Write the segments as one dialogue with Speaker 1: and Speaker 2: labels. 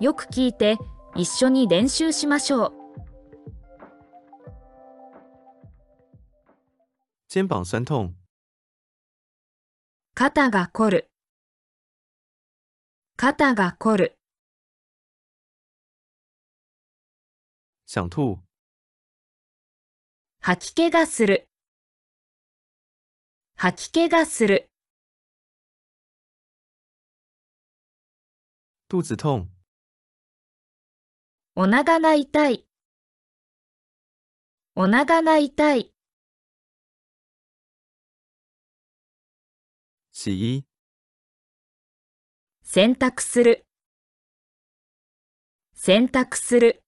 Speaker 1: よく聞いて一緒に練習しましょう
Speaker 2: 肩膀酸痛，
Speaker 1: 肩が凝る肩が凝る
Speaker 2: 想吐，
Speaker 1: 吐き気がする吐き気がする
Speaker 2: 肚子痛，
Speaker 1: お腹が痛いお腹が痛い
Speaker 2: 洗衣，
Speaker 1: 洗濯する洗濯する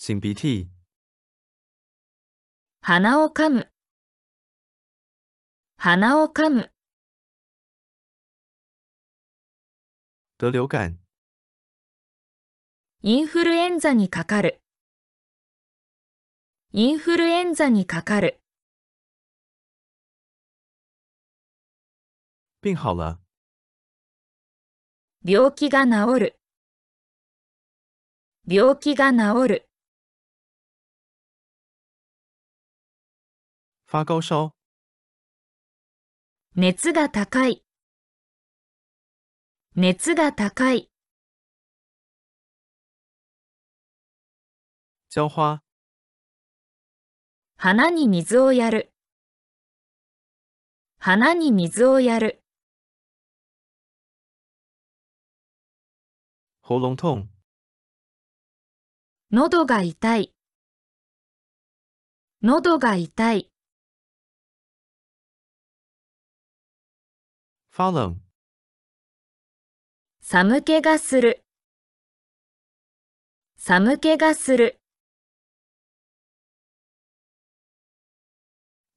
Speaker 2: 擤鼻涕，
Speaker 1: 鼻をかむ鼻をかむ
Speaker 2: 得流感，
Speaker 1: インフルエンザにかかるインフルエンザにかかる
Speaker 2: 病好了，
Speaker 1: 病気が治る病気が治る
Speaker 2: 发高烧，
Speaker 1: 熱が高い熱が高い
Speaker 2: 浇花，
Speaker 1: 花に水をやる花に水をやる
Speaker 2: 喉咙痛，
Speaker 1: 喉が痛い喉が痛い
Speaker 2: 发冷，
Speaker 1: 寒気がする寒気がする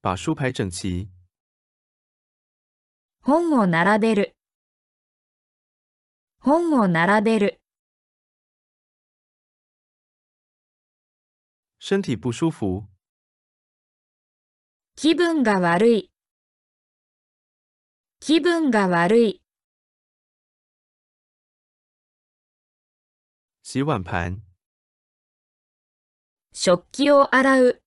Speaker 2: 把书排整齐，
Speaker 1: 本を並べる本を並べる
Speaker 2: 身体不舒服，
Speaker 1: 気分が悪い気分が悪い
Speaker 2: 洗碗盘，
Speaker 1: 食器を洗う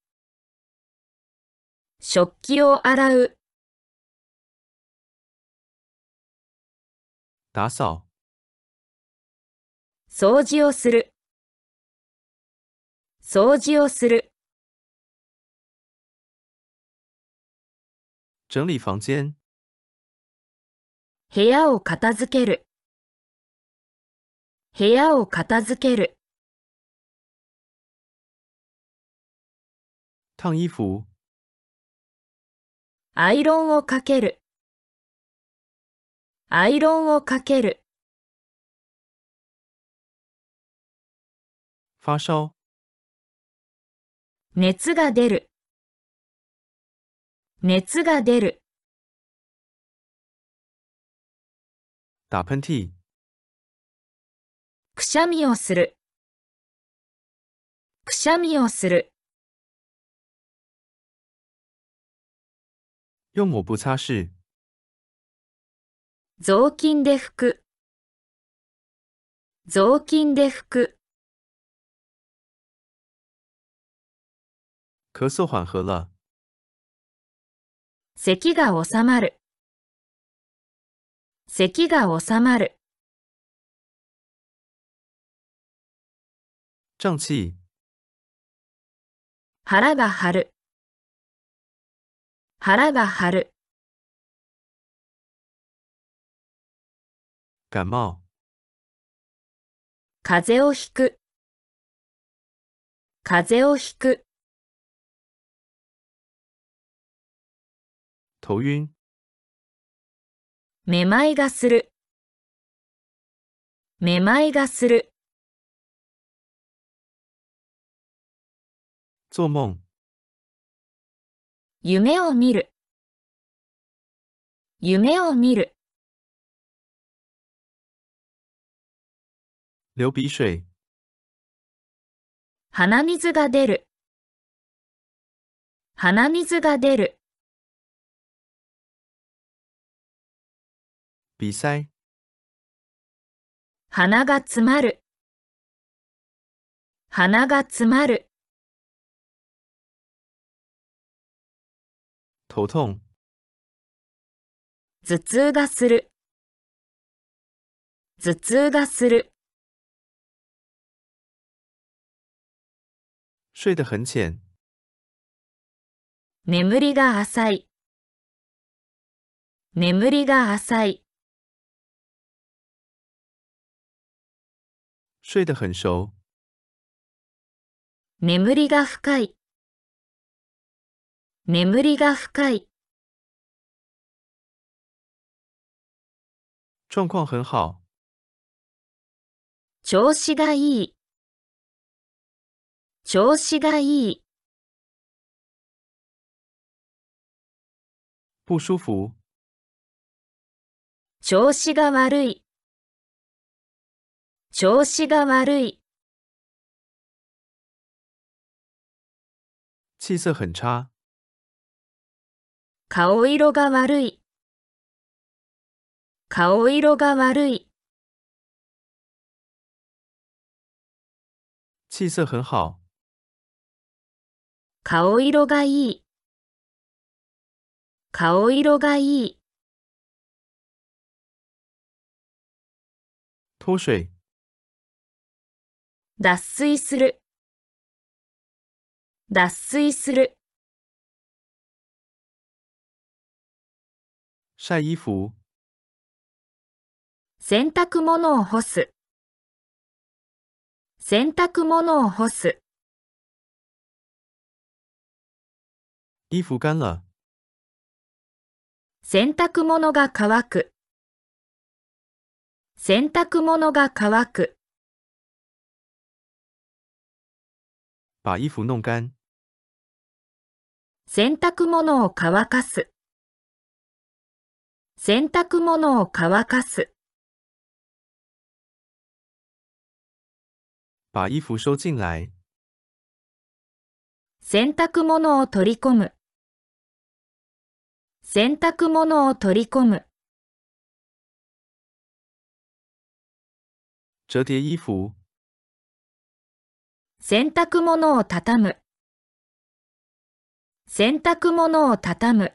Speaker 1: 食器を洗う
Speaker 2: 打扫，
Speaker 1: 掃除をする掃除をする
Speaker 2: 整理房间，
Speaker 1: 部屋を片付ける部屋を片付ける
Speaker 2: 烫衣服，
Speaker 1: アイロンをかけるアイロンをかける
Speaker 2: 发烧，
Speaker 1: 熱が出る熱が出る
Speaker 2: 打喷嚏，
Speaker 1: くしゃみをするくしゃみをする
Speaker 2: 用抹布擦拭，
Speaker 1: 雑巾で拭く雑巾で拭く
Speaker 2: 咳嗽缓和了，
Speaker 1: 咳が収まる咳が収まる
Speaker 2: 胀气，
Speaker 1: 腹が張る腹が張る
Speaker 2: 感冒，
Speaker 1: 風邪をひく風邪をひく
Speaker 2: 头晕，
Speaker 1: めまいがするめまいがする
Speaker 2: 做梦，
Speaker 1: 夢を見る夢を見る
Speaker 2: 流鼻水，
Speaker 1: 鼻水が出る鼻水が出る
Speaker 2: 鼻塞，
Speaker 1: 鼻が詰まる。鼻が詰まる。
Speaker 2: 头痛、
Speaker 1: 頭痛がする。頭痛がする。
Speaker 2: 睡得很浅、
Speaker 1: 眠りが浅い。眠りが浅い。
Speaker 2: 睡得很熟、
Speaker 1: 眠りが深い。眠りが深い。
Speaker 2: 状况很好、
Speaker 1: 調子がいい。調子がいい。
Speaker 2: 不舒服、
Speaker 1: 調子が悪い。調子が悪い。
Speaker 2: 气色很差、
Speaker 1: 顔色が悪い。顔色が悪い。
Speaker 2: 气色很好、
Speaker 1: 顔色がいい。顔色がいい。
Speaker 2: 脱水、
Speaker 1: 脱水する。脱水する。
Speaker 2: 晒衣服、
Speaker 1: 洗濯物を干す。洗濯物を干す。
Speaker 2: 衣服干了、
Speaker 1: 洗濯物が乾く。洗濯物が乾く。
Speaker 2: 把衣服弄干、
Speaker 1: 洗濯物を乾かす。洗濯物を乾かす。
Speaker 2: 把衣服收进来、
Speaker 1: 洗濯物を取り込む。洗濯物を取り込む。
Speaker 2: 折叠衣服、
Speaker 1: 洗濯物をたたむ。洗濯物をたたむ。